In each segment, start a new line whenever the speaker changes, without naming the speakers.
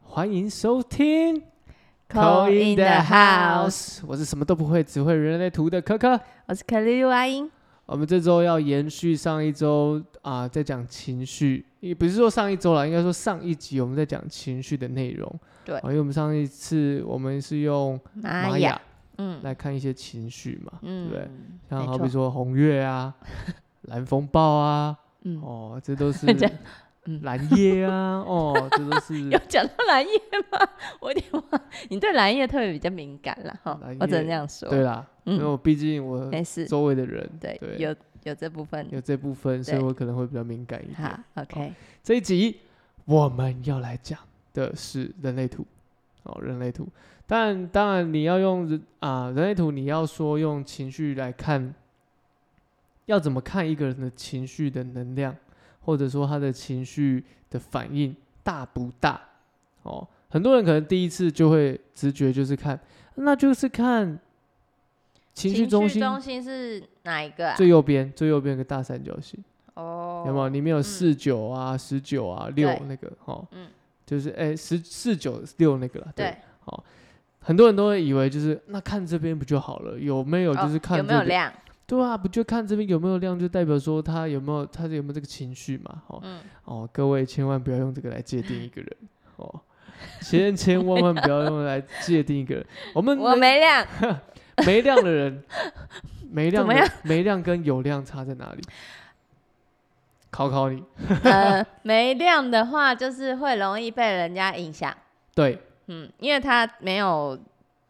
欢迎收听
Call in the house
我是什么都不会，只会人类图的科科。
我是可丽露阿英。
我们这周要延续上一周啊、在讲情绪，也不是说上一周了，应该说上一集我们在讲情绪的内容。
对
啊因为我们上一次我们是用
玛
玛
雅
雅，
嗯
来看一些情绪嘛，对不对？
嗯，
像
没
好比
错
说红月 啊、蓝风暴啊，
嗯，
哦，这都是
这嗯
蓝叶啊，哦，这都是
有讲到蓝叶吗？ 我有点忘，你对蓝叶特别比较敏感了哈
蓝，
我只能
叶
这样说。
对啦，因为
嗯，
我毕竟我
没事，
周围的人
对，
对
有有这部分。
有这部分，所以
对
我可能会比较敏感一点
好。，OK，
这一集我们要来讲的是人类图，哦，人类图。但当然你要用人啊、人类图你要说用情绪来看，要怎么看一个人的情绪的能量，或者说他的情绪的反应大不大？哦，很多人可能第一次就会直觉就是看，那就是看情绪中心
中心是哪一个啊？
最右边，最右边有个大三角形。
哦，
有没有？里面有
嗯
四九啊、十九啊、六
对
那个哦，
嗯
就是哎十四九六那个啦，对，
对，
很多人都会以为就是那看这边不就好了？有没有
哦
就是看、这
有没有
边
量？
对啊，不就看这边有没有量，就代表说他有没有他有没有这个情绪嘛？哦、
嗯
哦，各位千万不要用这个来界定一个人 哦，千千万万不要用来界定一 个人。我们
我 没量，
没量的 人，没量
怎么
的
样
没量跟有量差在哪里？考考你，
呃，没量的话就是会容易被人家影响，
对
嗯，因为他没有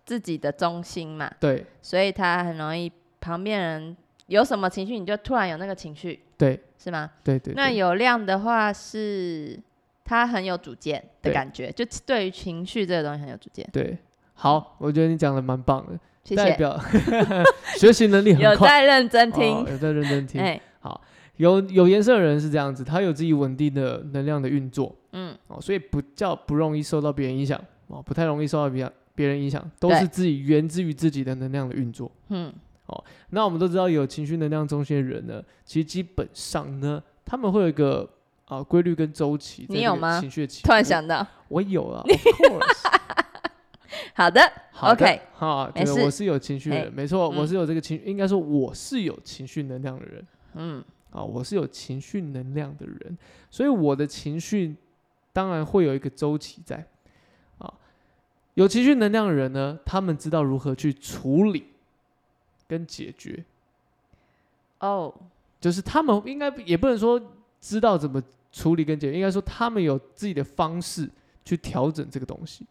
自己的中心嘛，
对
所以他很容易旁边人有什么情绪，你就突然有那个情绪，
对
是吗？
对对，
那
对
有量的话是他很有主见的
对
感觉，就对于情绪这个东西很有主见。
对，好，我觉得你讲的蛮棒的，
谢
代
谢，
表 学习能力
有
很快，
在认真听
哦，有在认真听。
哎，
有有颜色的人是这样子，他有自己稳定的能量的运作
嗯，
哦，所以不叫不容易受到别人影响哦，不太容易受到别人别人影响，都
对
是自己源自于自己的能量的运作。哦
嗯，
那我们都知道，有情绪能量中心的人呢，其实基本上呢，他们会有一个啊、呃规律跟周期。
你有吗
情绪的起
突然
伏
想到，
我有啊，of course。
好的，
好的
OK，
哈，
没
对，我
事
是有情绪的
哎
人，没错，我
嗯
是有这个情，应该说我是有情绪能量的人
嗯，
啊，我是有情绪能量的人，所以我的情绪当然会有一个周期在啊。有情绪能量的人呢，他们知道如何去处理跟解决，
哦，
就是他们应该也不能说知道怎么处理跟解决，应该说他们有自己的方式去调整这个东西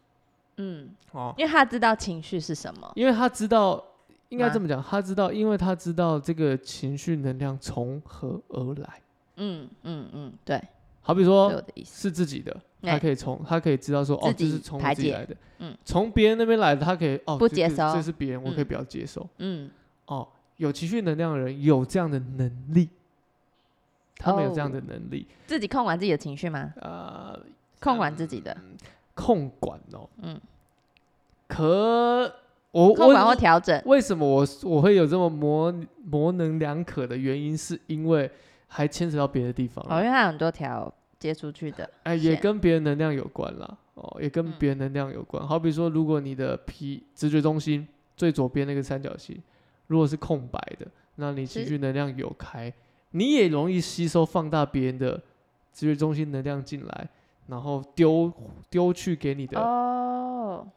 嗯，
哦。
因为他知道情绪是什么，
因为他知道，应该
吗
这么讲，他知道，因为他知道这个情绪能量从何而来。
嗯嗯嗯，对，
好比
对我
说
的意思，
是自己的，他
哎
可以从他可以知道说，哦，
自
这
己
是从我
排
自己
解
来的，
嗯，
从别人那边来的，他可以哦
不
这
接
这
收
这是别人，我可以
嗯
不要接受。
嗯，
哦，有情绪能量的人有这样的能力，他们有这样
哦
的能力，
自己控管自己的情绪吗？
呃，
控管自己的，
控管哦，
嗯，
可我
控管
我
或调整，
为什么我我会有这么模模棱两可的原因，是因为还牵扯到别的地方
哦，
了，
因为它有很多条接出去的，
哎，也
线
跟别人能量有关啦，哦，也跟
嗯
别人能量有关。好比说，如果你的皮直觉中心最左边那个三角形，如果是空白的，那你情
是
绪能量有开，你也容易吸收放大别人的直觉中心能量进来，然后丢丢去给你的
哦，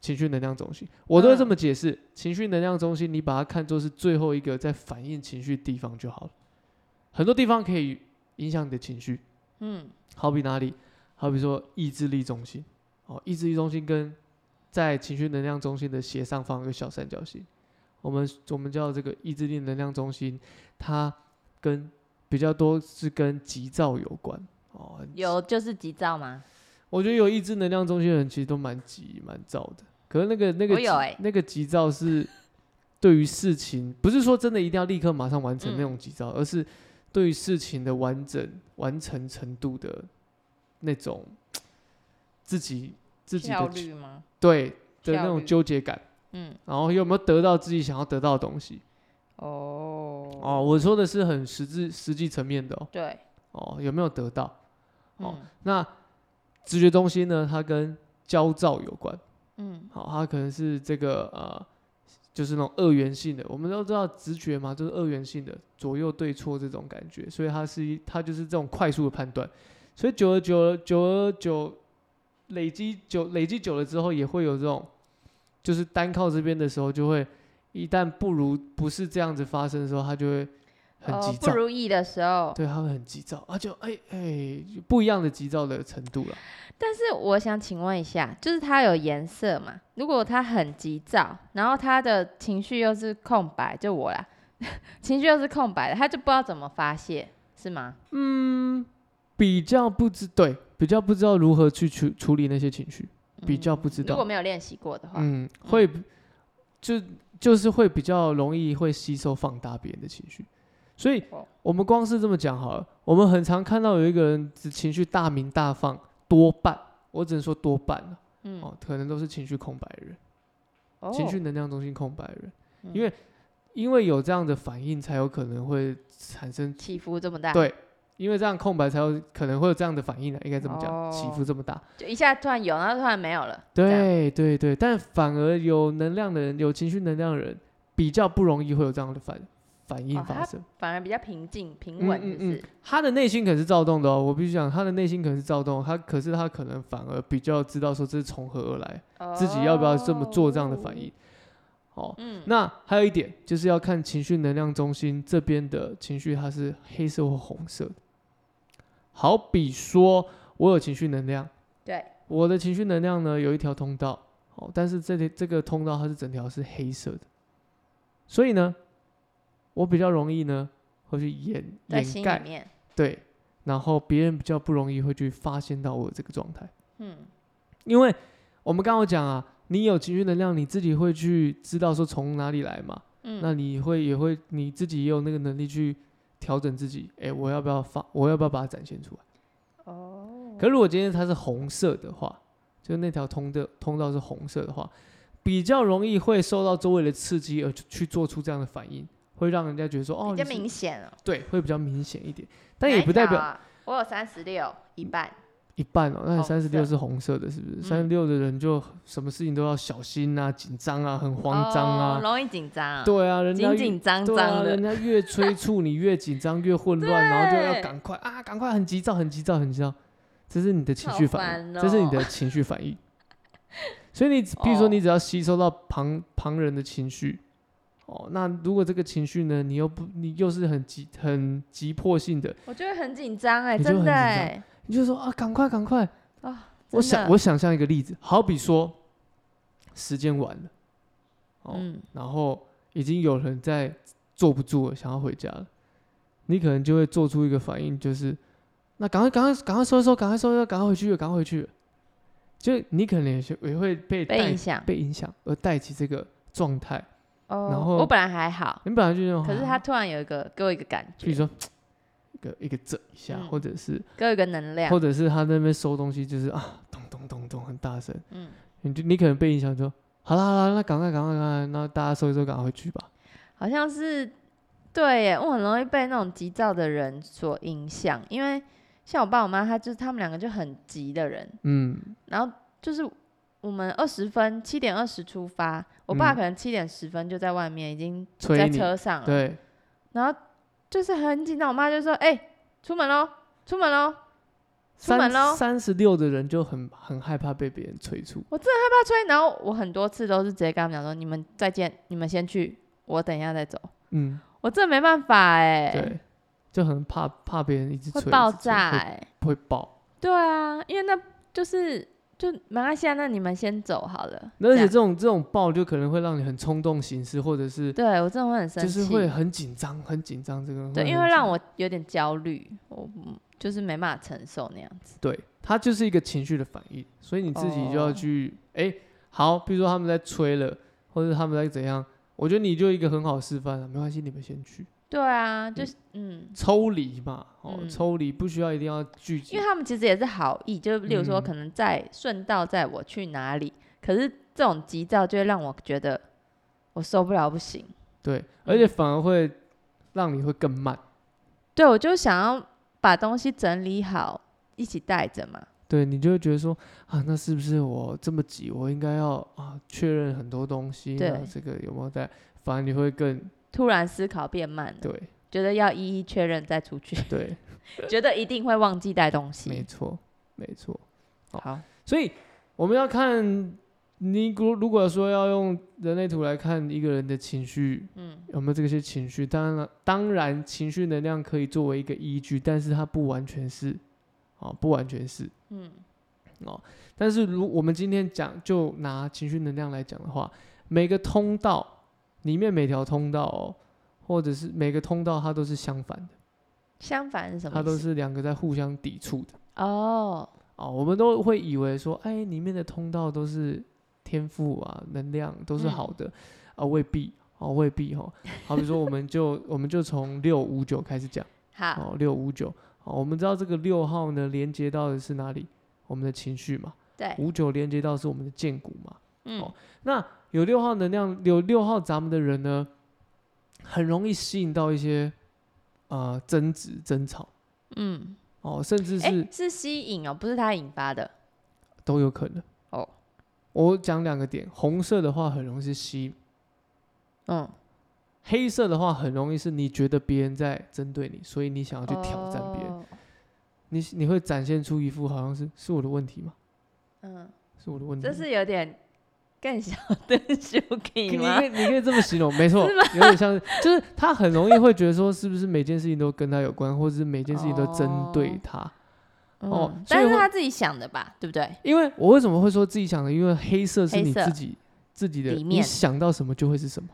情绪能量中心，我都会这
嗯
么解释。情绪能量中心，你把它看作是最后一个在反映情绪地方就好了。很多地方可以影响你的情绪，
嗯，
好比哪里？好比说意志力中心，哦，意志力中心跟在情绪能量中心的斜上方有个小三角形，我们我们叫这个意志力能量中心，它跟比较多是跟急躁有关哦。很
有就是急躁吗？
我觉得有意志能量中心的人其实都蛮急蛮躁的，可是那个那个
我有
急
欸
那个急躁是对于事情，不是说真的一定要立刻马上完成
嗯
那种急躁，而是对于事情的完整完成程度的那种自己自己
效
的
率吗？
对的那
效
种
率
纠结感，
嗯，
然后有没有得到自己想要得到的东西？
哦，
哦，，我说的是很实质实际层面的哦
对，
哦，有没有得到？哦
嗯，
那直觉中心呢，它跟焦躁有关。
嗯
好，它可能是这个呃，就是那种二元性的。我们都知道直觉嘛，就是二元性的左右对错这种感觉，所以它是一它就是这种快速的判断。所以久而久而久而久累积久累积久了之后，也会有这种，就是单靠这边的时候，就会一旦不如不是这样子发生的时候，它就会很
哦
急，
不
躁。
如意的时候，
对，它会很急躁，啊就哎哎、就不一样的急躁的程度了。
但是我想请问一下，就是它有颜色嘛？如果它很急躁，然后它的情绪又是空白，就我啦， 情绪又是空白的，他就不知道怎么发泄，是吗？
比较不知对，比较不知道如何去处处理那些情绪，比
嗯
较不知
如果
道，
没有练习过的话，
嗯，会就就是会比较容易会吸收放大别人的情绪，所以
哦
我们光是这么讲好了，我们很常看到有一个人只情绪大鸣大放，多半我只能说多半了，
嗯，
哦，可能都是情绪空白的人，情绪
哦
能量中心空白的人，
嗯
因为因为有这样的反应，才有可能会产生
起伏这么大，
对，因为这样空白才有可能会有这样的反应的，应该这么讲，起
哦
伏这么大。
就一下突然有，然后突然没有了，这样
对对对，但反而有能量的人，有情绪能量的人，比较不容易会有这样的反反应
哦
发
他
生。
反而比较平静平
嗯
稳，
嗯
就
嗯
是，
他的内心可是躁动的哦，我必须讲，他的内心可是躁动，他可是他可能反而比较知道说这是从何而来，自己要不要这么做这样的反
哦
应。哦，
嗯，
那还有一点就是要看情绪能量中心这边的情绪，它是黑色或红色的。好比说，我有情绪能量，
对，
我的情绪能量呢有一条通道，哦，但是这里这个通道它是整条是黑色的，所以呢，我比较容易呢会去掩
在
掩
心里
盖，
面，
对，然后别人比较不容易会去发现到我这个状态。
嗯，
因为我们刚刚讲啊，你有情绪能量，你自己会去知道说从哪里来嘛，
嗯
那你会也会你自己也有那个能力去调整自己，诶，我要不要发，我要不要把它展现出来？
哦，
可如果今天它是红色的话，就那条通的通道是红色的话，比较容易会受到周围的刺激而去去做出这样的反应，会让人家觉得说哦，
比较
你是
明显哦，
对，会比较明显一点，但
哪
也
一
不代
条
表
啊我有三十六一半，
一半哦，那你
红
三十
色
六是红色的，是不是？三十
啊嗯
六的人就什么事情都要小心啊、紧张啊、很慌张啊，
哦容易紧张，，
对啊，人家
紧
越
紧张
对啊，
张
人
的，
家越催促你越紧张越混乱，然后就要
对
赶快啊，赶快很急躁、很急躁、很急躁，这是你的情绪
好
反应，
烦
这是你
哦
的情绪反应。所以你只，比如说
哦
你只要吸收到旁旁人的情绪，哦，那如果这个情绪呢，你又不，你又是很急、很急迫性的，
我就会很紧张哎，
你就会
真
很
的
紧张
哎，
你就说啊，赶快，赶快，
啊，
我
真
想
的
我想象一个例子，好比说，时间晚了，哦，
嗯，
然后已经有人在坐不住了，想要回家了，你可能就会做出一个反应，就是那赶快赶快赶快收一收，赶快收一收，赶快回去了，赶快回去了。就你可能也是也会被带
被影响
被影响而带起这个状态。
哦，
然后
我本来还好，
你本来就那种，
可是
啊
他突然有一个给我一个感
比如
觉，
说一个一个整一下，
嗯
或者是
给我一个能量
或，者是他在那边收东西，就是啊，咚咚咚咚，很大声。
嗯
你就你可能被影响说，好啦好啦，那赶快赶快赶快，那大家收一收，赶快回去吧。
好像是对耶，我很容易被那种急躁的人所影响，因为像我爸我妈，他就是他们两个就很急的人，
嗯，
然后就是我们二十分七点二十出发，我爸
嗯
可能七点十分就在外面已经在
催你，
车上了，
对，
然后就是很紧张，我妈就说：“哎、出门喽，出门喽，出门
三
喽。”
三十六的人就很很害怕被别人催促，
他催，然后我很多次都是直接跟他们讲说：“你们再见，你们先去，我等一下再走。
嗯，”
我真的没办法哎、
对，就很怕怕别人一直催，
会爆
一直催
炸哎、
会，会爆。
对啊，因为那就是就马来西亚，那你们先走好了。
那而且
这样
这种这种爆就可能会让你很冲动行事，或者是
对我真的会很生
就
气，
是会很紧张，很紧张这个人
对，
会
因
很
为
紧
让我有点焦虑，我嗯就是没办法承受那样子。
对，它就是一个情绪的反应，所以你自己就要
哦
去哎、好，比如说他们在催了，或者他们在怎样，我觉得你就一个很好示范了，啊没关系，你们先去
对啊，就是嗯。
抽离嘛，哦，
嗯
抽离不需要一定要聚集
因为，他们其实也是好意，就例如说，
嗯
可能在顺道载我去哪里，可是这种急躁就会让我觉得我受不了，不行。
对，而且反而会让你会更慢，
对，我就想要把东西整理好，一起带着嘛，
对你就会觉得说啊，那是不是我这么急，我应该要啊确认很多东西，
对
那这个有没有在？反而你会更
突然思考变慢了，
对
觉得要一一确认再出去，
对，
觉得一定会忘记带东
没
西。
错没错。
好，
所以我们要看你如如果说要用人类图来看一个人的情绪
嗯，
有没有这些情绪，当然了，当然情绪能量可以作为一个依据，但是它不完全是，哦，不完全是，
嗯，
哦，但是如我们今天讲，就拿情绪能量来讲的话，每个通道里面每条通道哦，或者是每个通道它都是相反的，
相反是什么
它
意思？
都是两个在互相抵触的。
哦，
哦，我们都会以为说，哎，里面的通道都是天赋啊，能量都是
嗯
好的、啊，未必哦，未必哦。好比说，我们就我们就从六五九开始讲
好，
哦，六五九哦，我们知道这个六号呢，连接到的是哪里？我们的情绪嘛，
对，
五九连接到是我们的剑骨嘛。
嗯
哦，那有六号能量，有六号咱们的人呢，很容易吸引到一些呃争执、争吵
嗯，
哦，甚至是、
哎，是吸引哦，不是他引发的，
都有可能。
哦，
我讲两个点，红色的话很容易是吸，
嗯，
黑色的话很容易是你觉得别人在针对你，所以你想要去挑战别人，嗯
哦，
你你会展现出一副好像是是我的问题吗？
嗯，
是我的问题
这
吗。
是有点更小的 修
你
给
你
吗
可？以你可以这么形 容，没错，有点像是，就是他很容易会觉得说，是不是每件事情都跟他有关，或者是每件事情都针对
哦
他。哦
嗯，
所以
但是
会
他自己想的吧，对不对？
因为我为什么会说自己想的？因为黑色是
黑
你
色
自己自己的，
里
你
面
想到什么就会是什么，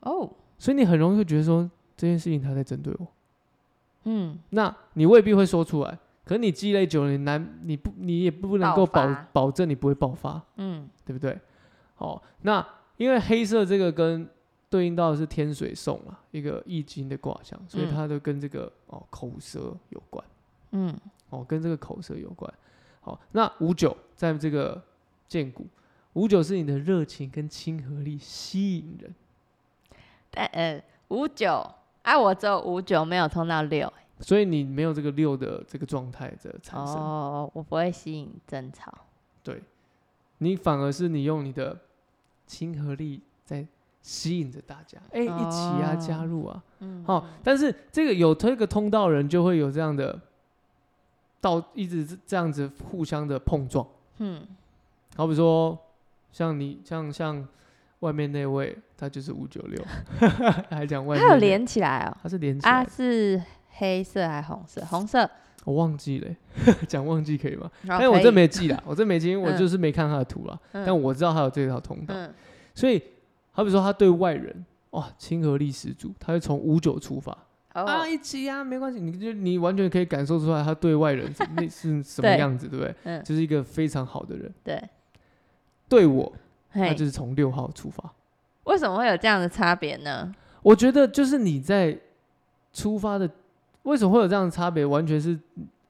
哦，
所以你很容易会觉得说这件事情他在针对我。
嗯，
那你未必会说出来，可你积累久了，你难，你不，你也不能够保
爆发
保证你不会爆发，
嗯，
对不对？哦，那因为黑色这个跟对应到的是天水送啊，一个易经的卦象，所以
嗯
它都跟这个、哦口舌有关，
嗯，
哦跟这个口舌有关。好、那五九在这个剑骨，五九是你的热情跟亲和力吸引人，
但呃，五九，哎，我只有五九，没有通到六，
所以你没有这个六的这个状态的产生。
哦，我不会吸引争吵，
对，你反而是你用你的亲和力在吸引着大家，哎、一起啊，加
哦
入啊，
嗯，
哦，但是这个有推个通道人就会有这样的到一直是这样子互相的碰撞，
嗯，
好比说像你像像外面那位，他就是五九 六，还讲外面
它有
那
连起来哦，
他是连起来
啊，
的，
是黑色还红色？红色，
我忘记了、 讲忘记可以吗？但
但
哎是我真没记啦，我真没记，因为我
哦嗯
就是没看他的图啦，但我知道他有这条通道。
嗯
所以，好比说他对外人哇，亲和力十足，他会从五九出发、啊，
哦，
一起啊，没关系，你就你完全可以感受出来他对外人 是那是什么
对
样子，对不对？
嗯，
就是一个非常好的人。
对，
对我，他
嘿
就，是从六号出发。
为什么会有这样的差别呢？
我觉得就是你在出发的，为什么会有这样的差别？完全是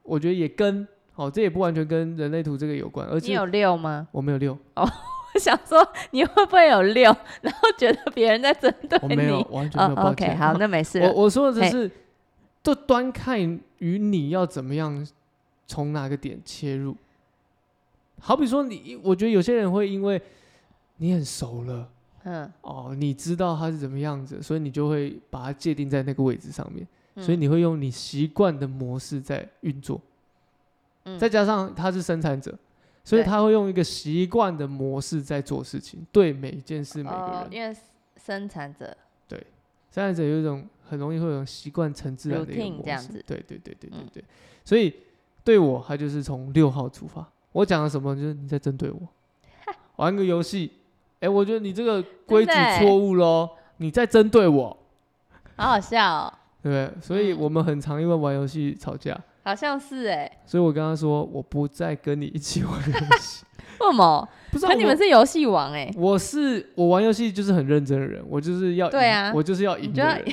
我觉得也跟哦，这也不完全跟人类图这个有关，而
你
且
有六吗？
我没有 六，
我想说你会不会有六，然后觉得别人在针对
我
你？
没有，完全没有
哦
抱
，OK，
歉。
好，那没事了。
我我说的只
啊嘿
是，就端看于你要怎么样，从哪个点切入。好比说你，我觉得有些人会因为你很熟了
嗯，
哦，你知道他是怎么样子，所以你就会把它界定在那个位置上面，所以
嗯
你会用你习惯的模式在运作。
嗯
再加上他是生产者，所以
对
他会用一个习惯的模式在做事情，对每一件事每个人
哦，。因为生产者，
生产者有一种很容易会有一种习惯成自然的一个
Routine 这
模
样
式
子，
对对对对对
嗯
对，所以对我他就是从六号出发。我讲了什么，就是你在针对 我，玩个游戏，哎、我觉得你这个规矩
欸
错误喽，你在针对我，
好好笑哦，
对不对？所以
嗯
我们很常因为玩游戏吵架，
好像是哎，
所以我跟他说我不再跟你一起玩游 戏，
为什么？
不是、啊、
可你们
我
是游戏王哎，
我是我玩游戏就是很认真的人，我就是要
对
赢
啊
我就是要赢
你就
的
要
人，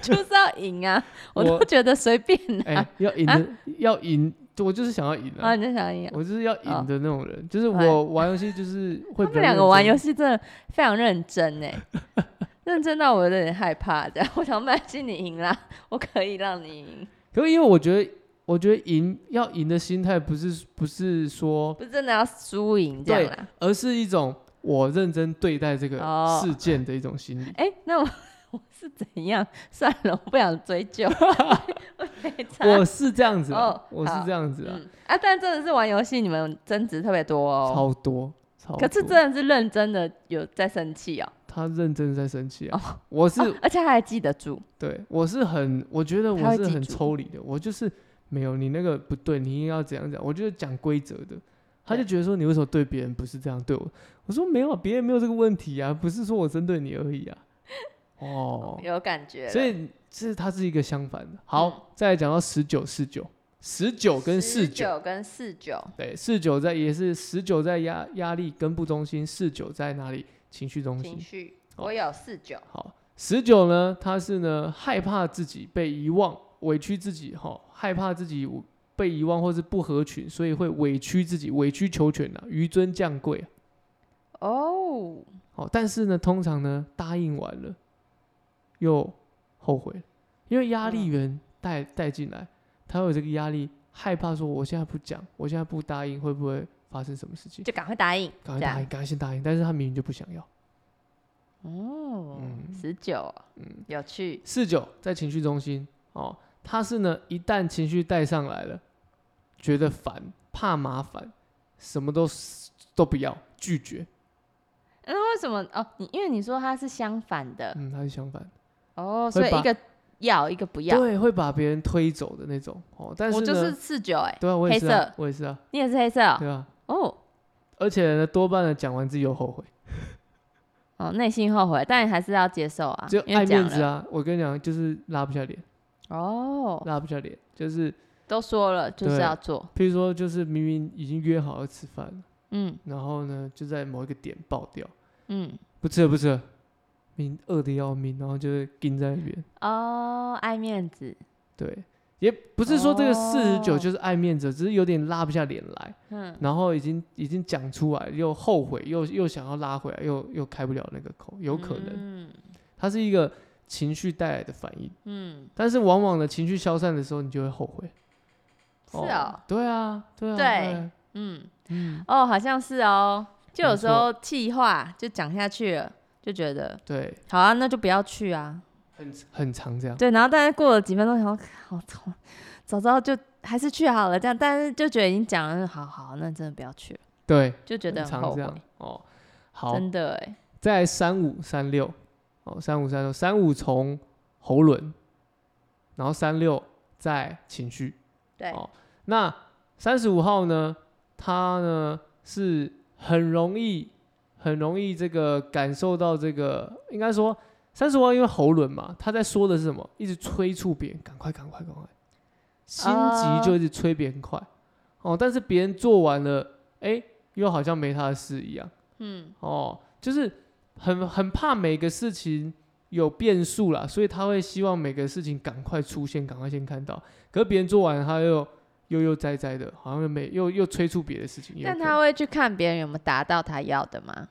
就是要赢啊！我
我
都觉得随便
哎、
啊，
要赢的、要赢，我就是想要赢啊
啊，你就想赢啊。
我就是要赢
哦
的那种人，就是
哎
我玩游戏就是会
他
比
们
较
两
认
个玩游
真
戏真的非常认真 哎，认真到我有点害怕。这样，我想麦西你赢啦，我可以让你赢。
可是因为我觉得我觉得赢要赢的心态不是不是说，
不是真的要输赢这样啊啦。
而是一种我认真对待这个
哦
事件的一种心理。
哎、那我 我是怎样？算了，我不想追 究，我没差。
我是这样子啊，
哦
我是
好
这样子啊，
嗯啊，但真的是玩游戏，你们争执特别多哦。
超多超多。
可是真的是认真的有在生气哦，
他认真在生气啊，我是
哦而且他还记得住。
对，我是很，我觉得
他
我
会
是
记
很
住
抽离的，我就是没有你那个不对，你一定要怎样讲，我就是讲规则的。他就
对
觉得说你为什么对别人不是这样对我？我说没有啊，别人没有这个问题啊，不是说我针对你而已啊。哦，
有感觉了，
所以这它是一个相反的。好，
嗯
再来讲到十九四九，十九跟四九，
九跟四九，
对，四九在也是十九在压压力根部中心，四九在哪里？情绪中心
情。绪，
好
我有四九，
好，十九呢，他是呢害怕自己被遗忘，委屈自己，哈、害怕自己被遗忘或是不合群，所以会委屈自己，委曲求全呐、纡尊降贵、啊。
哦，
好、但是呢，通常呢答应完了又后悔了，因为压
嗯
力源带带进来，他有这个压力，害怕说我现在不讲，我现在不答应会不会发生什么事情？
就赶快答应，
赶快
这样
答应，赶快先答应，但是他明明就不想要。
哦
嗯，
十九，嗯，有趣，
四九在情绪中心哦，他是呢，一旦情绪带上来了，觉得烦、怕麻烦，什么都都不要，拒绝。
那为什么哦？你因为你说它是相反的
嗯，他是相反，
哦，
嗯会
所以
把
一个要，一个不要。
对，会把别人推走的那种哦。但是
我
呢，
就是四九哎，
对啊，我也是、
黑
啊
色，
我也是啊，
你也是黑色哦
对啊。
哦
而且呢，多半呢讲完自己又后悔，
哦，内心后悔，但你还是要接受啊，
就
因为
爱
讲
面
了
子啊。我跟你讲，就是拉不下脸，
哦，
拉不下脸，就是
都说了就是
对
要做，
譬如说，就是明明已经约好要吃饭了，
嗯
然后呢，就在某一个点爆掉。
嗯
不吃了，不吃了，命饿的要命，然后就是盯在那边。
哦，爱面子，
对，也不是说这个四十九
哦
就是爱面子，只是有点拉不下脸来，
嗯
然后已经已经讲出来，又后悔，又又想要拉回来，又又开不了那个口，有可能，
嗯
它是一个情绪带来的反应。
嗯，
但是往往呢，情绪消散的时候，你就会后悔。
是哦，
对啊，对啊，
对
啊
嗯
嗯，
哦，好像是哦，就有
没
时候气话就讲下去了，就觉得
对，
好啊，那就不要去啊，
很很常这样。
对，然后但是过了几分钟，想说好痛，早知道就还是去好了，这样，但是就觉得已经讲了，好好，那真的不要去了，
对，
就觉
很
得很
常
后
这
悔
样，哦。好，
真的哎，
在三五三六，哦，三五三六，三五从喉轮，然后三六在情绪。
对，
哦那三十五号呢，他呢是很容易，很容易这个感受到这个，应该说三十五号因为喉轮嘛，他在说的是什么？一直催促别人，赶快，赶快，赶快，心
哦
急就一直催别人快。哦，但是别人做完了，哎，又好像没他的事一样。
嗯，
哦，就是很很怕每个事情有变数啦，所以他会希望每个事情赶快出现，赶快先看到。可是别人做完，他又悠悠哉哉的，好像又没又又催促别的事情。也有
但
可
他
能
会去看别人有没有达到他要的吗？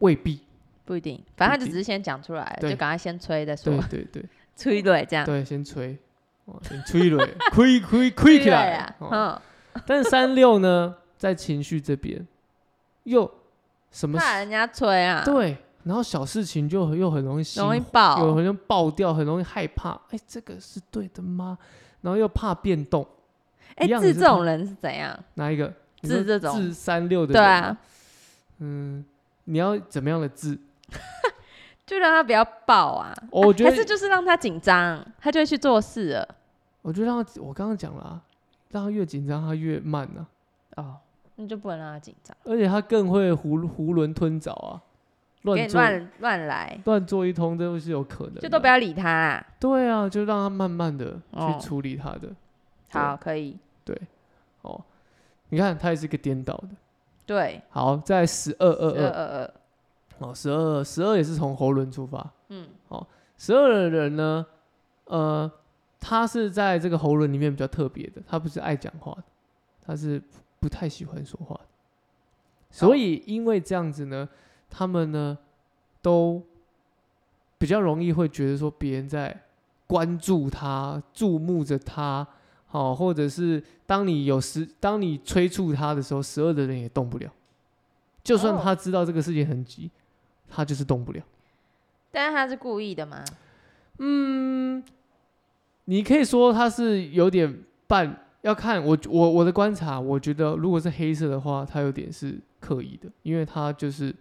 未必，
不一定，反正他
不
就
一定
只是先讲出来了，
对
就赶快先吹再
对
说，啊
对对
吹对这样，
对，先催，哦，先催了， 亏亏亏起
对
来
啊，。
哦
嗯，
但是三六呢，在情绪这边又什么
怕人家吹啊，
对，然后小事情就又很容易心
容易
有
爆，
很容易爆掉，很容易害怕。哎、这个是对的吗？然后又怕变动，
哎，
一样
治
是
这种人是怎样？
哪一个？你
治
说
这种
治三六的
对
人
啊
吗，嗯，你要怎么样的治？
就让他不要爆啊，
哦我觉
还
得，
是就是让他紧张，他就会去做事了。
我觉得让他，我刚刚讲了、啊，让他越紧张，他越慢啊，
哦，那就不能让他紧张，
而且他更会囫囫囵吞枣啊，
给
乱
你
做
乱乱来，
乱做一通都是有可能的，
就都不要理他啦。
对啊，就让他慢慢的
哦
去处理他的。对
好，可以，
哦，你看他也是一个颠倒的。
对，呃
好，在十二二二
二二二，
哦，十二十二也是从喉轮出发。哦
嗯，
十二的人呢，呃，他是在这个喉轮里面比较特别的，他不是爱讲话的，他是不太喜欢说话的。所以因为这样子呢，他们呢都比较容易会觉得说别人在关注他、注目着他，好、或者是当你有时，当你催促他的时候，十二的人也动不了。就算
哦
他知道这个事情很急，他就是动不了。
但是他是故意的吗？
你可以说他是有点半，要看我我我的观察，我觉得如果是黑色的话，他有点是刻意的，因为他就是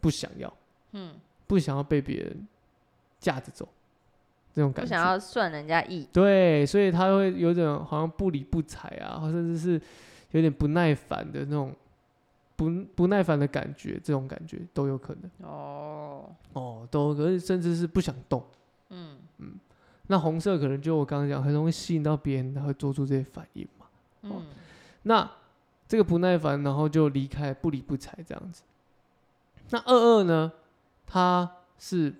不想要，
嗯，
不想要被别人架着走，这种感
不
觉。
想要算人家意，
对，所以他会有点好像不理不睬啊，或甚至是有点不耐烦的那种不不耐烦的感觉，这种感觉都有可能
哦，
哦，都有可能甚至是不想动。
嗯
那红色可能就我刚刚讲，很容易吸引到别人，他会做出这些反应嘛。哦
嗯，
那这个不耐烦，然后就离开，不理不睬这样子。那二二呢？他是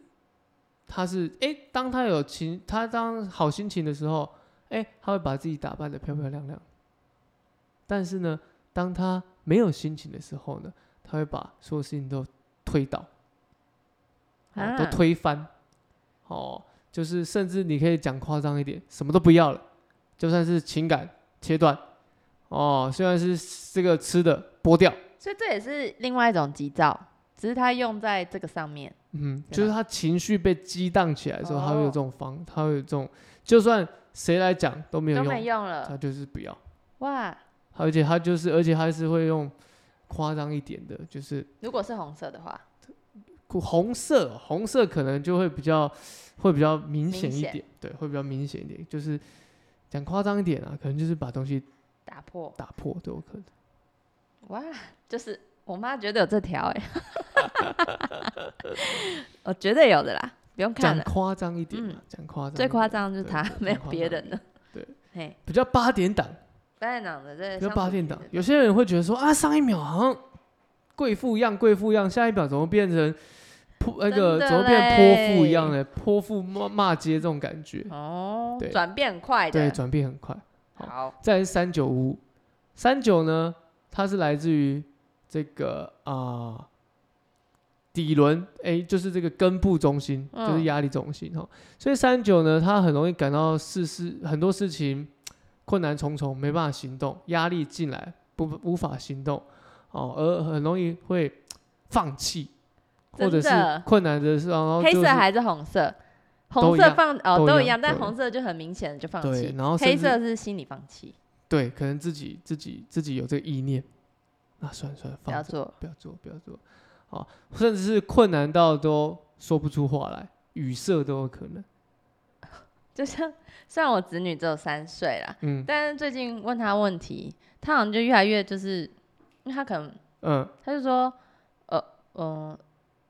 他是哎、诶当他有情，他当好心情的时候，哎、他会把自己打扮的漂漂亮亮。但是呢，当他没有心情的时候呢，他会把所有事情都推倒，哦，都
啊
推翻。哦，就是甚至你可以讲夸张一点，什么都不要了，就算是情感切断。哦，虽然是这个吃的剥掉，
所以这也是另外一种急躁，只是他用在这个上面。
嗯，
对
就是
吧
他情绪被激荡起来的时候，他会有
哦
这种方，他会有这种，就算谁来讲都没有
都
用，
没用了
他就是不要，
哇！
而且他就是，而且他是会用夸张一点的，就是
如果是红色的话，
红色，哦红色可能就会比较会比较明显
明
一
显
点，对，会比较明显一点，就是讲夸张一点啊，可能就是把东西
打破
打破都有可能，
哇，就是我妈绝对有这条哎、 我绝对有的啦，不用看
讲
了。嗯
夸张一点嘛，讲夸张一点，
最夸张的就是
对
他，
对
没有
最夸
别
张
人了。
对，
嘿，
比较八点档。
八点档的这
比如
相
八
处
点
剧
档
的，
有些人会觉得说啊，上一秒好像贵妇样，贵妇样，下一秒怎么变成泼那
真
个
的
怎么变泼妇一
嘞
样呢？泼妇骂骂街这种感觉，
哦
对，
转变快
对，
的，
转变很快。好
好，
再来是三九五，三九呢，它是来自于这个啊、底轮，哎，就是这个根部中心，就是
嗯
压力中心哈、哦。所以三九呢，他很容易感到事事很多事情困难重重，没办法行动，压力进来不无法行动哦，而很容易会放弃，或者是
真的
困难的时候，然后
黑
就
色
是
还是红色？
都
红
一
色
样
放哦
都
都
一
一样，
样
但
对
红色就很明显的就放
对
弃，
然后
黑
甚至
色是心理放弃，
对，可能自己自己自己有这个意念，啊，算了算了，
不
放
要
着
做。
不要做，不要做，哦，甚至是困难到都说不出话来，语塞都有可能。
就像 虽然我侄女只有三岁啦，
嗯
但是最近问她问题，她好像就越来越就是，因为她可能
嗯，
他就说，呃，嗯、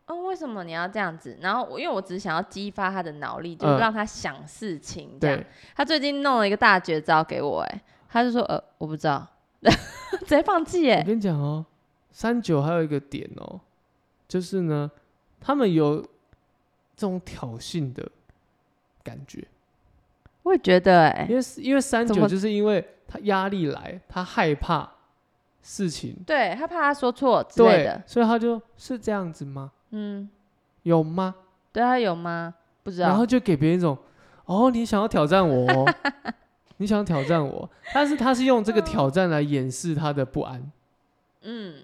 呃，为什么你要这样子？然后我因为我只是想要激发他的脑力，就
嗯
让他想事情这样。
对，
他最近弄了一个大绝招给我、哎，他就说，呃，我不知道， 直接放弃、
我
哎，
跟你讲哦，三九还有一个点哦，就是呢，他们有这种挑衅的感觉，
我也觉得、哎，
因为因为三
怎
九
么
就是因为他压力来，他害怕事情，
对他怕他说错之类
对
的，，
所以他就是这样子吗？
嗯，
有吗？
对他有吗？不知
然后
道，
就给别人一种，哦，你想要挑战我、哦， 你想要挑战我，但是他是用这个挑战来掩饰他的不安，
嗯，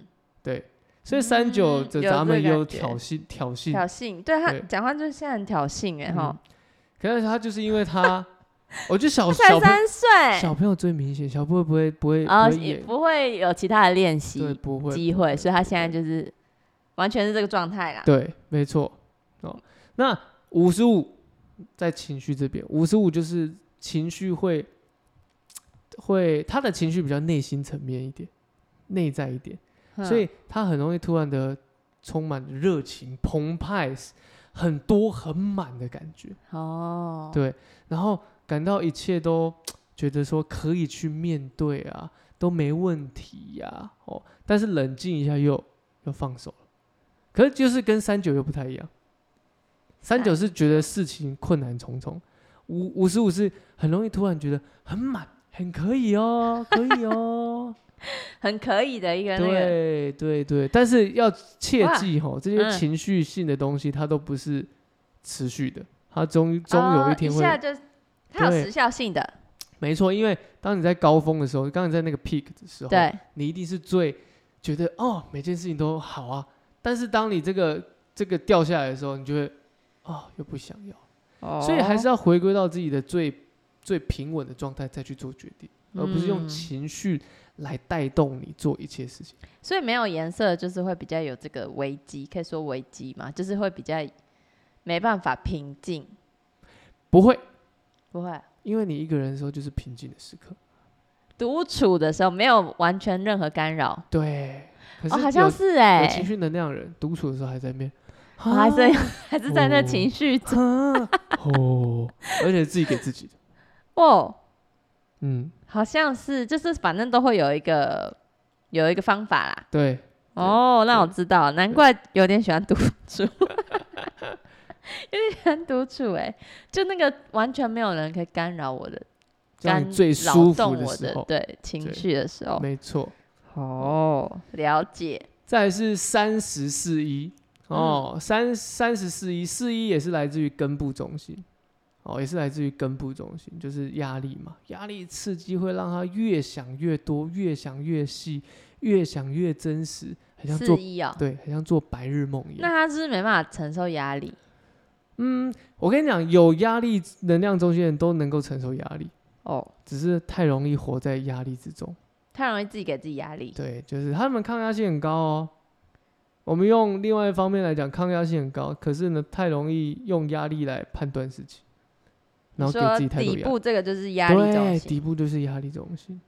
对，所以三九
嗯
的
有这
咱们
个
也有
感觉
挑衅挑衅，
挑衅，对他
对
讲话就是现在很挑衅、哎
嗯
哈，
可是他就是因为他，我觉得 小
他才
小朋
三岁，
小朋友最明显，小朋友不会不会不
啊，
会
也
演，
不会有其他的练习，
对，不会
机会，所以他现在就是完全是这个状态啦。
对，没错。哦，那五十五在情绪这边，五十五就是情绪会会他的情绪比较内心层面一点，内在一点，
嗯
所以他很容易突然的充满热情、澎湃、很多、很满的感觉，
哦，
对然后感到一切都觉得说可以去面对啊，都没问题呀、哦，但是冷静一下又又放手了，可是就是跟三九又不太一样，三
哎
九是觉得事情困难重重，五五十五是很容易突然觉得很满，很可以哦，可以 哦，
很可以的一个那个，
对对对，但是要切
哇
记吼，这
嗯
些情绪性的东西它都不是持续的，它终终有
哦
一天会
下就它有
对
时效性的，
没错，因为当你在高峰的时候，当你在那个 peak 的时候，
对，
你一定是最觉得哦，每件事情都好啊。但是当你这个这个掉下来的时候，你就会哦，又不想要。
哦
所以还是
要，
要回归到自己的最最平稳的状态再去做决定，而不是用
嗯
情绪来带动你做一切事情。
所以没有颜色就是会比较有这个危机，可以说危机嘛，就是会比较没办法平静，
不会，
不会
因为你一个人的时候就是平静的时刻。
独处的时候没有完全任何干扰。
对，可是
哦，
有、
好像是哎、
有情绪能量的人独处的时候还在面，
我还在
啊
还是在那
哦
情绪中
啊 哦，而且自己给自己的，
哦，
嗯，
好像是就是反正都会有一个有一个方法啦。
对，
哦，那我
对
知道，难怪有点喜欢独 处，有点喜欢独处哎、就那个完全没有人可以干扰我的，
让
干
你最
扰
舒服
动
的
我
时
的
候，
对情
对
绪的时候。
没错。
哦，了解，
再来是三十四一
嗯
哦，三三十四一四一也是来自于根部中心，哦，也是来自于根部中心，就是压力嘛，压力刺激会让他越想越多，越想越细，越想越真实，很像
四
做
一哦。
对，很像做白日梦一
那
样。
他是不是没办法承受压力
嗯，我跟你讲，有压力能量中心的人都能够承受压力，
哦，
只是太容易活在压力之中。
太容易自己给自己压力。
对，就是他们抗压性很高哦。我们用另外一方面来讲，抗压性很高，可是呢，太容易用压力来判断事情，然后
你
给
说
自己太多
底
压力。
部这个就是压力中
对，
心，
底部就是压力中心。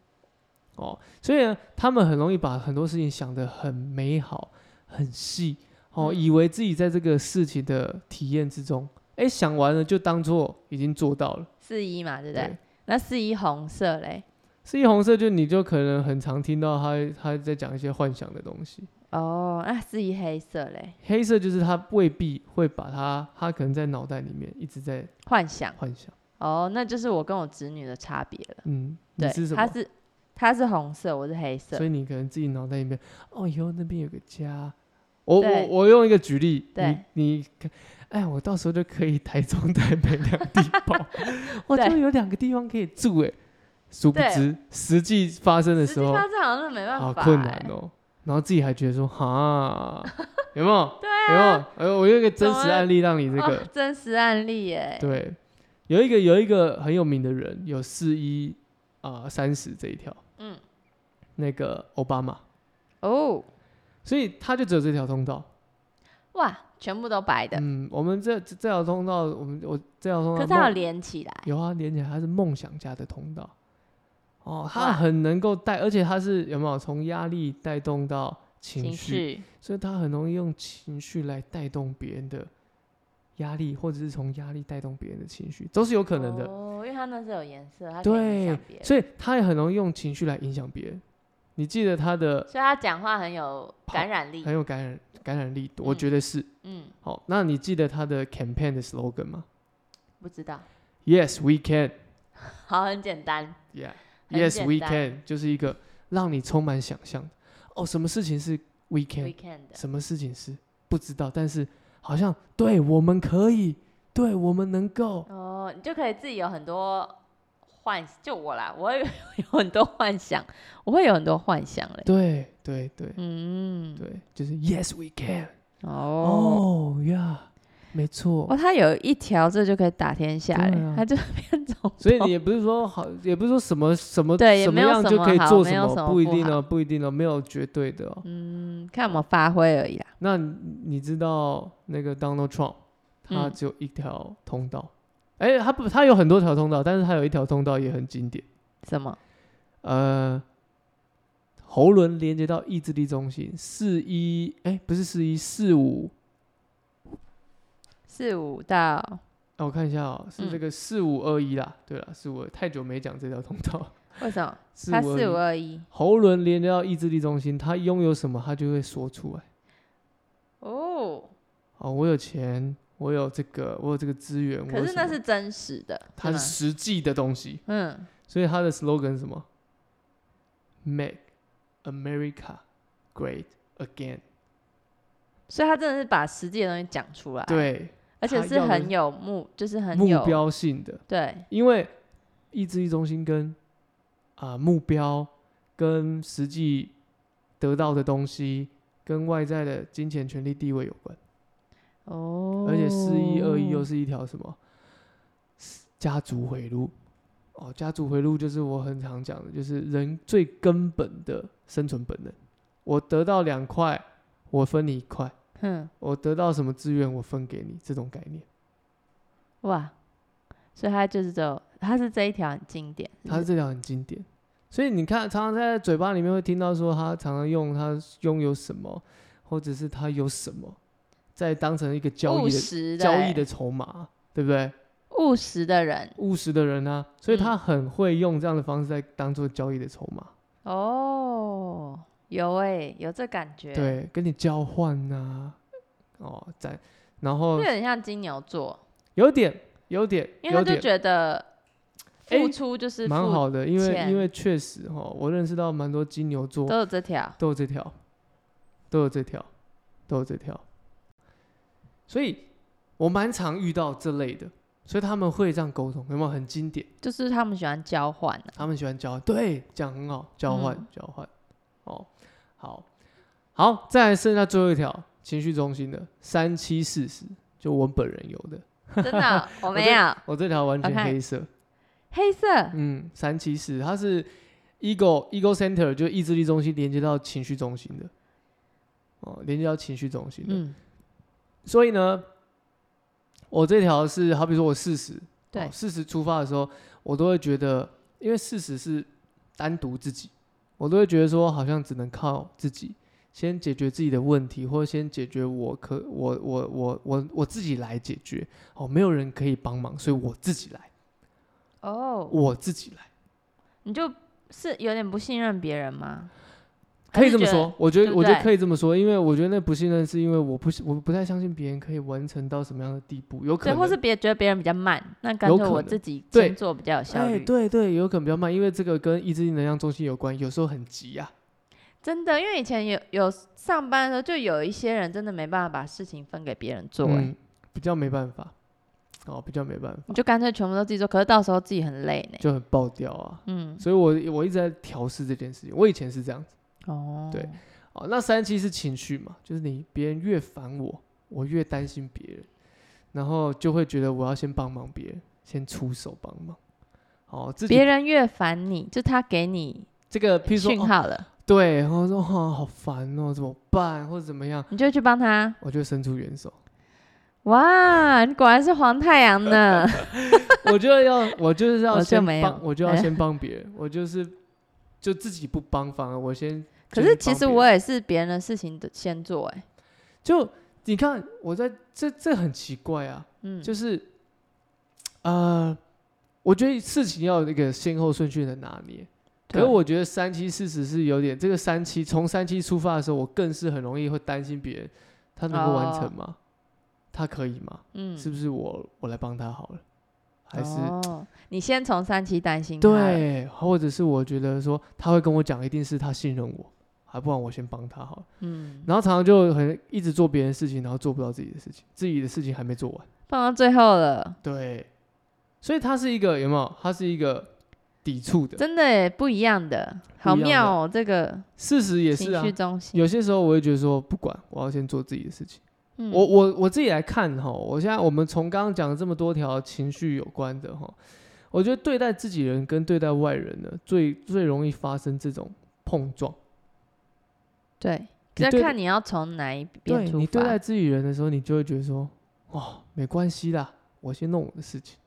哦，所以呢，他们很容易把很多事情想得很美好、很细，哦，
嗯
以为自己在这个事情的体验之中，哎，想完了就当做已经做到了。
四一嘛，对不对？
对，
那四一红色嘞？
四一红色就你就可能很常听到他他在讲一些幻想的东西。
哦，那四一黑色嘞？
黑色就是他未必会把他，他可能在脑袋里面一直在
幻想。
幻想。
哦，那就是我跟我侄女的差别了。
嗯，你
对
是，什
她
么？
是她是红色，我是黑色
所。以你可能自己脑袋里面，哦，以后那边有个家。我我
对
我用一个举例，
对
你你可，哎，我到时候就可以台中、台北两地跑， 我
对
就有两个地方可以住哎。殊不
对
知实际发生的
实
时
际
候，
发生好像是没办法、
好
欸，
困难哦。然后自己还觉得说，哈，有没 有？对、有没有？哎，我用一个真
啊怎
实
么
案例让你这 个，
哦、真实案例耶。
对，有一个有一个很有名的人，有四一啊三十这一条，
嗯，
那个奥巴马，
哦，
所以他就只有这条通道。
哇，全部都白的，
嗯，我们这这这条通道，我们我这条通道
可是它有
梦
连起来。
有啊，连起来它是梦想家的通道。哦，
哇
他很能够带，而且他是有没有从压力带动到情绪，
绪
所以他很容易用情绪来带动别人的压力，或者是从压力带动别人的情绪，都是有可能的。
哦，因为它那是有颜色，它可以影
对
响别，人，
所以他也很容易用情绪来影响别人。你记得他的
所以它讲话很有
跑
感染力
很。有感染感染力，我
嗯
觉得是。
嗯，
好，那你记得他的 campaign 的 slogan 吗
不知道，
？Yes, we can.
好，很简单。
Yeah.
很
Yes, we
简单
can. 就是一个让你充满想象的。哦，什么事情是 we can？
Weekend 的
什么事情是不知道？但是好像对我们可以，对我们能够。
哦，你就可以自己有很多幻，就我啦，我会 有很多幻想，我会有很多幻想嘞。
对对对
嗯，
对，就是 Yes, we can.
哦，
哦呀，没错。
哦，它有一条这就可以打天下
对
嘞
啊，
它就 变种
所以你也不是说好，也不是说什么什么
哦对也
什么
没有
样
什
就
么
可以
好
做
没
什
有什么
不一
不
定
好
哦，不一定哦，没有绝对的哦。
嗯，看我们发挥而已啦。
那你你知道那个 Donald Trump，他
嗯
只有一条通道，哎、他不，他有很多条通道，但是他有一条通道也很经典，
什么？
呃，喉轮连接到意志力中心，四一，哎，不是四一四五，
四五到
啊我看一下哦，是这
嗯
个四五二一啦，对啦，四五太久没讲这条通道了，
为什么？
四
它四五
五
二一
喉轮连接到意志力中心，他拥有什么，他就会说出来。
哦，
哦，我有钱，我有这个，我有这个资源。我
可
有
是
什
那
么
是真实的，
它是
吗
实际的东西，
嗯，
所以它的 slogan 是什么？Make America Great Again。
所以他真的是把实际的东西讲出来，，
对，
而且
他
是
要的
哎很
是
有目，就是很
目
有
标性的，
对，
因为意志力中心跟啊、目标跟实际得到的东西跟外在的金钱、权力、地位有关。
哦，
而且四一二一又是一条什么家族回路哦，家族回路就是我很常讲的，就是人最根本的生存本能。我得到两块，我分你一块；
嗯，
我得到什么资源，我分给你，这种概念。
哇，所以他就是走，他是这一条很经典，是不
他
是
这条很经典，所以你看，常常在嘴巴里面会听到说他常常用他拥有什么，或者是他有什么，再当成一个交
务
易的
实的
交
欸
易的筹码，对不对？
务实的人
务实的人啊，所以他
嗯
很会用这样的方式来当做交易的筹码，
哦，有哎、有这感觉，，
对，跟你交换呐、哦，在，然后
这很像金牛座，
有点，有点，
因为他
有
就
点，
觉得
哎
付出就是
蛮
付
好的，因为
钱
因为确实哈、哦，我认识到蛮多金牛座
都有这条，
都有这条，都有这条，都有这条，所以我蛮常遇到这类的，所以他们会这样沟通，有没有很经典？
就是他们喜欢交换、啊、
他们喜欢交换，对，讲很好，交换、
嗯
交换，哦，好，好，再来剩下最后一条情绪中心的三七四十，就我本人有的，
真的哦、我
我
没
这
有
我这条完全
我看
黑色，
黑色，
嗯，三七四它是 ego ego center 就意志力中心连接到情绪中心的，哦，连接到情绪中心的，
嗯，
所以呢，我这条是好比说我四十，
对
哦，四十出发的时候，我都会觉得，因为事实是单独自己，我都会觉得说，好像只能靠自己，先解决自己的问题，或者先解决我可我我我我我自己来解决，哦，没有人可以帮忙，所以我自己来，
哦，
我自己来，
你就是有点不信任别人吗？
可以这么
还是觉得，
说，我觉
对
得
不
我觉得
对
可以这么说，因为我觉得那不信任是因为我不我不太相信别人可以完成到什么样的地步，有可
对，
能
或是别觉得别人比较慢，那干
有
脆
可
我
能
自己
对
先做比较有效
哎
率。
对对，有可能比较慢，因为这个跟意志力能量中心有关，有时候很急啊。
真的，因为以前有有上班的时候，就有一些人真的没办法把事情分给别人做、哎
嗯，比较没办法，哦，比较没办法，
你就干脆全部都自己做，可是到时候自己很累呢。
就很爆掉啊。
嗯，
所以我我一直在调试这件事情。我以前是这样子，
哦，
对，哦，那三七是情绪嘛，就是你别人越烦我，我越担心别人，然后就会觉得我要先帮忙别人，先出手帮忙。哦，自己
别人越烦你，就他给你
这个，譬如说，
讯
哦、
号了，
对，然后说哦，好烦哦，怎么办，或者怎么样，
你就去帮他。
我就伸出援手。
哇，你果然是黄太 阳呢。
我就要，我就是要
我哦就
先
没有哎
帮，我就要先帮别人，我就是就自己不帮，反而我先。
可
就是是
其
帮
实
别
我
人
也是别人的事情的先做、哎，
就你看，我在这这很奇怪啊，
嗯，
就是呃，我觉得事情要有那个先后顺序的拿捏。可是
对
我觉得三七四十是有点这个三七，从三七出发的时候，我更是很容易会担心别人，他能够完
哦
成吗？他可以吗？
嗯
是不是我我来帮他好了？还是
哦，你先从三期担心他了，
对，或者是我觉得说他会跟我讲，一定是他信任我，还不然我先帮他好了。
嗯，
然后常常就很一直做别人的事情，然后做不到自己的事情，自己的事情还没做完。
放到最后了，
对，所以他是一个有没有？他是一个抵触的，
真的耶不一样的，好
不一样的
妙哦，这个
事实也是
情
啊
绪。中心，
有些时候我会觉得说，不管，我要先做自己的事情。
嗯
我我我自己来看哈，我现在我们从刚刚讲的这么多条情绪有关的哈，我觉得对待自己人跟对待外人呢，最最容易发生这种碰撞。
对，
你
就
对
看你要从哪一边
对
出
你对待
发，
自己人的时候，你就会觉得说，哇，没关系啦，我先弄我的事情。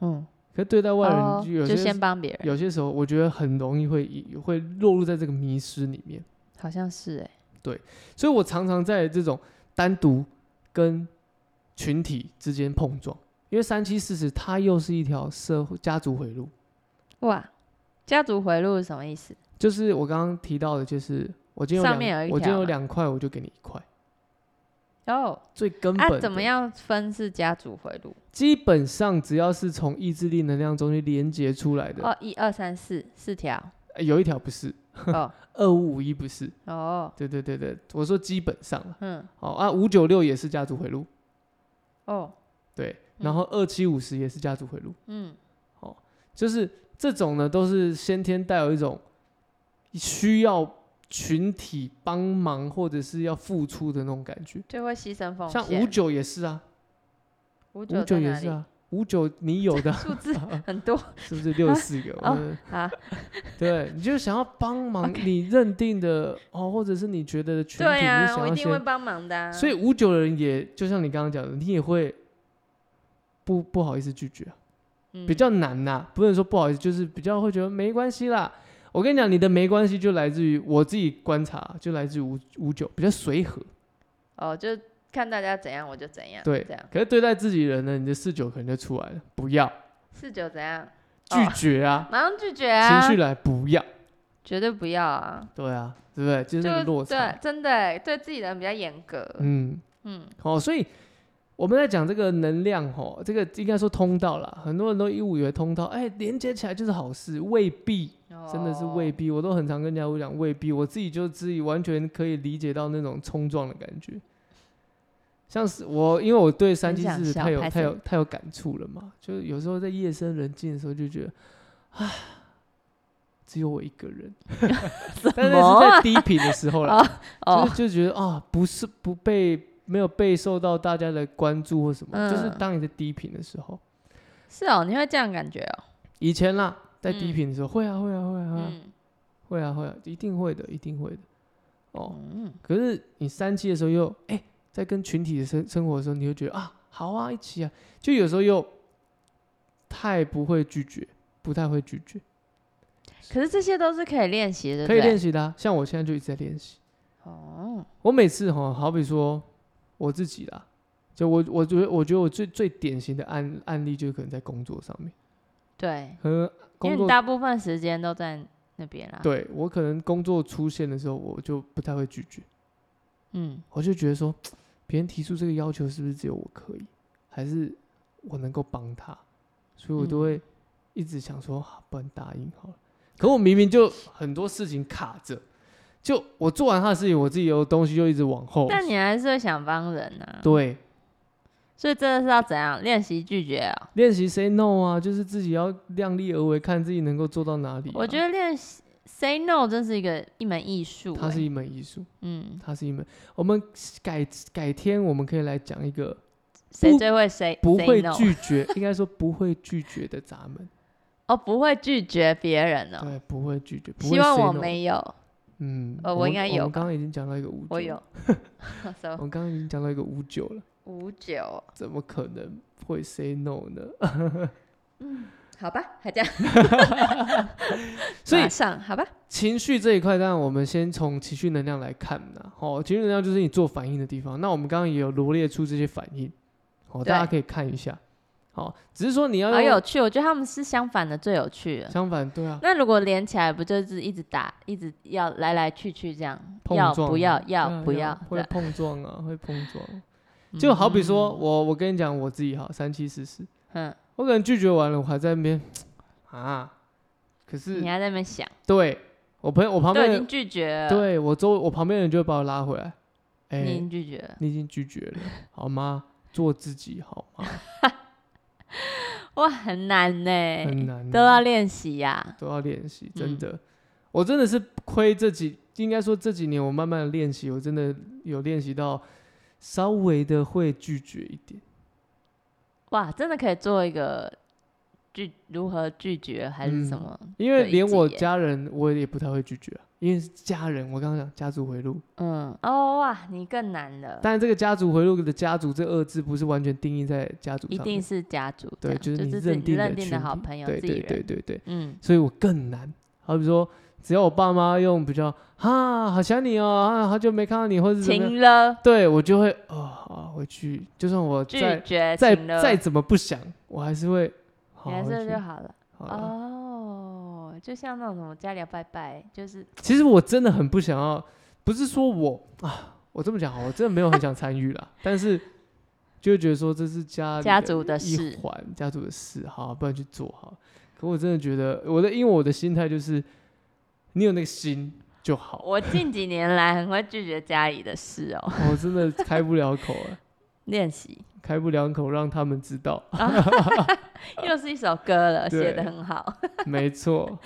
嗯，
可对待外人，
哦
就有
就
些
先帮别人，
有些时候，我觉得很容易会以会落入在这个迷失里面。
好像是哎，
所以我常常在这种单独跟群体之间碰撞，因为三七四十它又是一条社会家族回路，
哇，家族回路是什么意思？
就是我刚刚提到的，就是我今天有
上
两
面有一
我今天
条
有
嘛
两块，我就给你一块，
哦，
最根本、
啊，怎么？样分是家族回路？
基本上只要是从意志力能量中心连接出来的，
哦，一二三四四条，
呃有一条不是，
哦
二五五一不是，
哦，
对对对对，我说基本上了。
嗯
哦啊，五九六也是家族回路，
哦，
对，然后二七五十也是家族回路，
嗯，
就是这种呢，都是先天带有一种需要群体帮忙或者是要付出的那种感觉。
就会牺牲风
像五
险。
九也是啊，
五
五
九
九
在
也
哪
是
里？
啊，五九你有的
数字很多
是不是六十四个？
哦
嗯
啊，
对，你就想要帮忙你认定的哦，或者是你觉得的群体，
对
你
呀，
想
我一
要
定会
先。
帮忙的啊。
所以五九的人也就像你刚刚讲的，你也会不不好意思拒绝啊，
嗯
比较难呐、不能说不好意思，就是比较会觉得没关系啦。我跟你讲，你的没关系就来自于我自己观察，就来自于五五九比较随和，
哦，就看大家怎样我就怎样，
对
啊这样。
可是对待自己人呢，你的四九可能就出来了，不要
四九怎样？
拒
哦
绝啊，
马上拒绝啊！
情绪来不要，
绝对不要啊！
对啊，对不对？就是那个落差。
对，真的欸对自己人比较严格。
嗯
嗯，
好、所以我们在讲这个能量哦，这个应该说通道啦，很多人都误以为通道，哎，连接起来就是好事，未必，嗯真的是
哦
未必。我都很常跟人家会讲未必，我自己就自己完全可以理解到那种冲撞的感觉。像是我，因为我对三
很
七
想
四十
笑
太有
拍
太
手
有太有感触了嘛，就是有时候在夜深人静的时候就觉得，啊，只有我一个 人，但是是在低频的时候啦，
哦，
就是就觉得啊，不是不被没有被受到大家的关注或什么，就是
嗯
当你在低频的时候，
是哦，你会这样感觉哦。
以前啦，在低
嗯
频的时候、会啊会啊会啊、
嗯
会啊会啊，一定会的，一定会的。哦，
嗯，
可是你三期的时候又哎、在跟群体的生生活的时候，你又觉得啊，好啊，一起啊，就有时候又太不会拒绝，不太会拒绝，
可是这些都是可以练习的，
可以练
习。
习的、啊。像我现在就一直在练习。
哦，
我每次哈，好比说我自己啦，就我我觉得我觉得我最最典型的案案例就是可能在工作上面，
对，
和
因为
工
你
作
大部分时间都在那边啊啦。，
对我可能工作出现的时候，我就不太会拒绝，
嗯，
我就觉得说别人提出这个要求是不是只有我可以，还是我能够帮他，所以我都
嗯
会一直想说，啊、不然答应好了。可我明明就很多事情卡着，就我做完他的事情，我自己有东西就一直往后。
但你还是会想帮人啊。
对，
所以真的是要怎样练习拒绝啊？
练习 say no 啊，就是自己要量力而为，看自己能够做到哪里啊、
我觉得练习 say no 真是一个一门艺术欸。
它是一门艺术，
嗯，
它是一门。我们改改天我们可以来讲一个
谁
不
最会 say
不
say
会
no
拒绝，应该说不会拒绝的闸门。
哦，不会拒绝别人哦。
对，不会拒绝，不会
希望
say
我
no
没有，
嗯，
呃我
们
应该
我
有
们
吧
刚刚已经讲到一个五九，。
我有，so 哦
我们刚刚已经讲到一个五九了，
五九，
怎么可能会 say no 呢？
好吧，还这样，
所以
马上好吧，
情绪这一块，当然我们先从情绪能量来看呢。哦，情绪能量就是你做反应的地方。那我们刚刚也有罗列出这些反应，哦，
对
大家可以看一下。哦，只是说你要
好有
用
趣，我觉得他们是相反的最有趣的。
相反，对啊，
那如果连起来，不就是一直打，一直要来来去去这样，
碰
要
撞啊
不要，
对啊
要不要？
会
对
碰撞啊，会碰 撞。就好比说，我我跟你讲我自己哈，三七四十，
嗯，
我可能拒绝完了，我还在那边啊，可是
你还在那边想，
对我朋友我旁
都已
边
经
人，
拒绝了，
对我周我旁边人就会把我拉回来，哎、
你已经拒绝了。
你已经拒绝了，好吗？做自己好 吗？
哇，很难
很
呢，
难啊、
哎都要练习呀。
都要练习，真
嗯
的，我真的是亏这几，应该说这几年我慢慢的练习，我真的有练习到稍微的会拒绝一点，
哇，真的可以做一个拒如何拒绝还是什
嗯
么？
因为
对
连
自己
我
也
家人我也不太会拒绝啊、因为是家人，我刚刚讲家族回路，
嗯，哦哇，你更难了，
但这个家族回路的家族这二字不是完全定义在家族
一
上
定
面，
是家族这
对，
样，
就是
就
你
是自
认
己
定
认
群
定
体
的好朋友，
对
自己
对对
人。
对对，
嗯，
所以我更难。好比说，只要我爸妈用比较啊，好想你哦，啊，好久没看到你，或者是怎么样
情了，
对我就会哦，好回去，就算我
拒
再
绝
再
情了，
再怎么不想，我还是会好
你还
回
是
去
就。好了。
好了，
哦，就像那种什么家里要拜拜，就是
其实我真的很不想要，不是说我啊，我这么讲好，我真的没有很想参与啦，但是就会觉得说这是家里
家
的
族的
啊一
事。
环，家族的事，好，不然去做好。可我真的觉得我的，因为我的心态就是，你有那个心就好。
我近几年来很会拒绝家里的事哦，
我真的开不了口啊，
练习
开不了口，让他们知道。
又是一首歌了，
呃对
写的很好。
没错。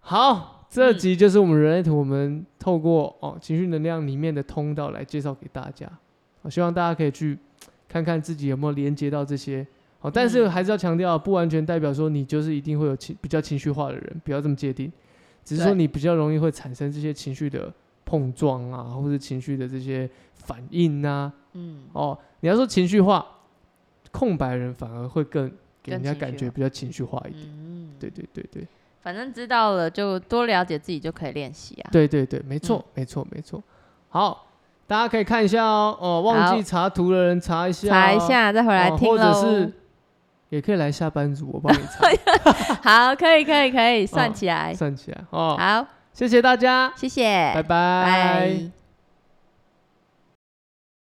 好，这集就是我们人类图，我们透过哦情绪能量里面的通道来介绍给大家。我、希望大家可以去看看自己有没有连接到这些。好、但是
嗯
还是要强调，不完全代表说你就是一定会有情比较情绪化的人，不要这么界定。只是说
对
你比较容易会产生这些情绪的碰撞啊，或者情绪的这些反应啊。
嗯，
哦，你要说情绪化，空白人反而会更给人
更
家
情
感
绪
觉
化
比较情绪化一点。
嗯，
对，对对对
反正知道了就多了解自己就可以练习啊。
对对对，没错、没错没错。好，大家可以看一下哦。哦，忘记
好
查图的人查一下、
查一，下再回来
啊哦
听
或者
喽。
是也可以来下班族，我帮你查
好，可以可以可以，算
哦
起来。
算起来哦。
好，
谢谢大家，
谢谢，
拜
哎拜。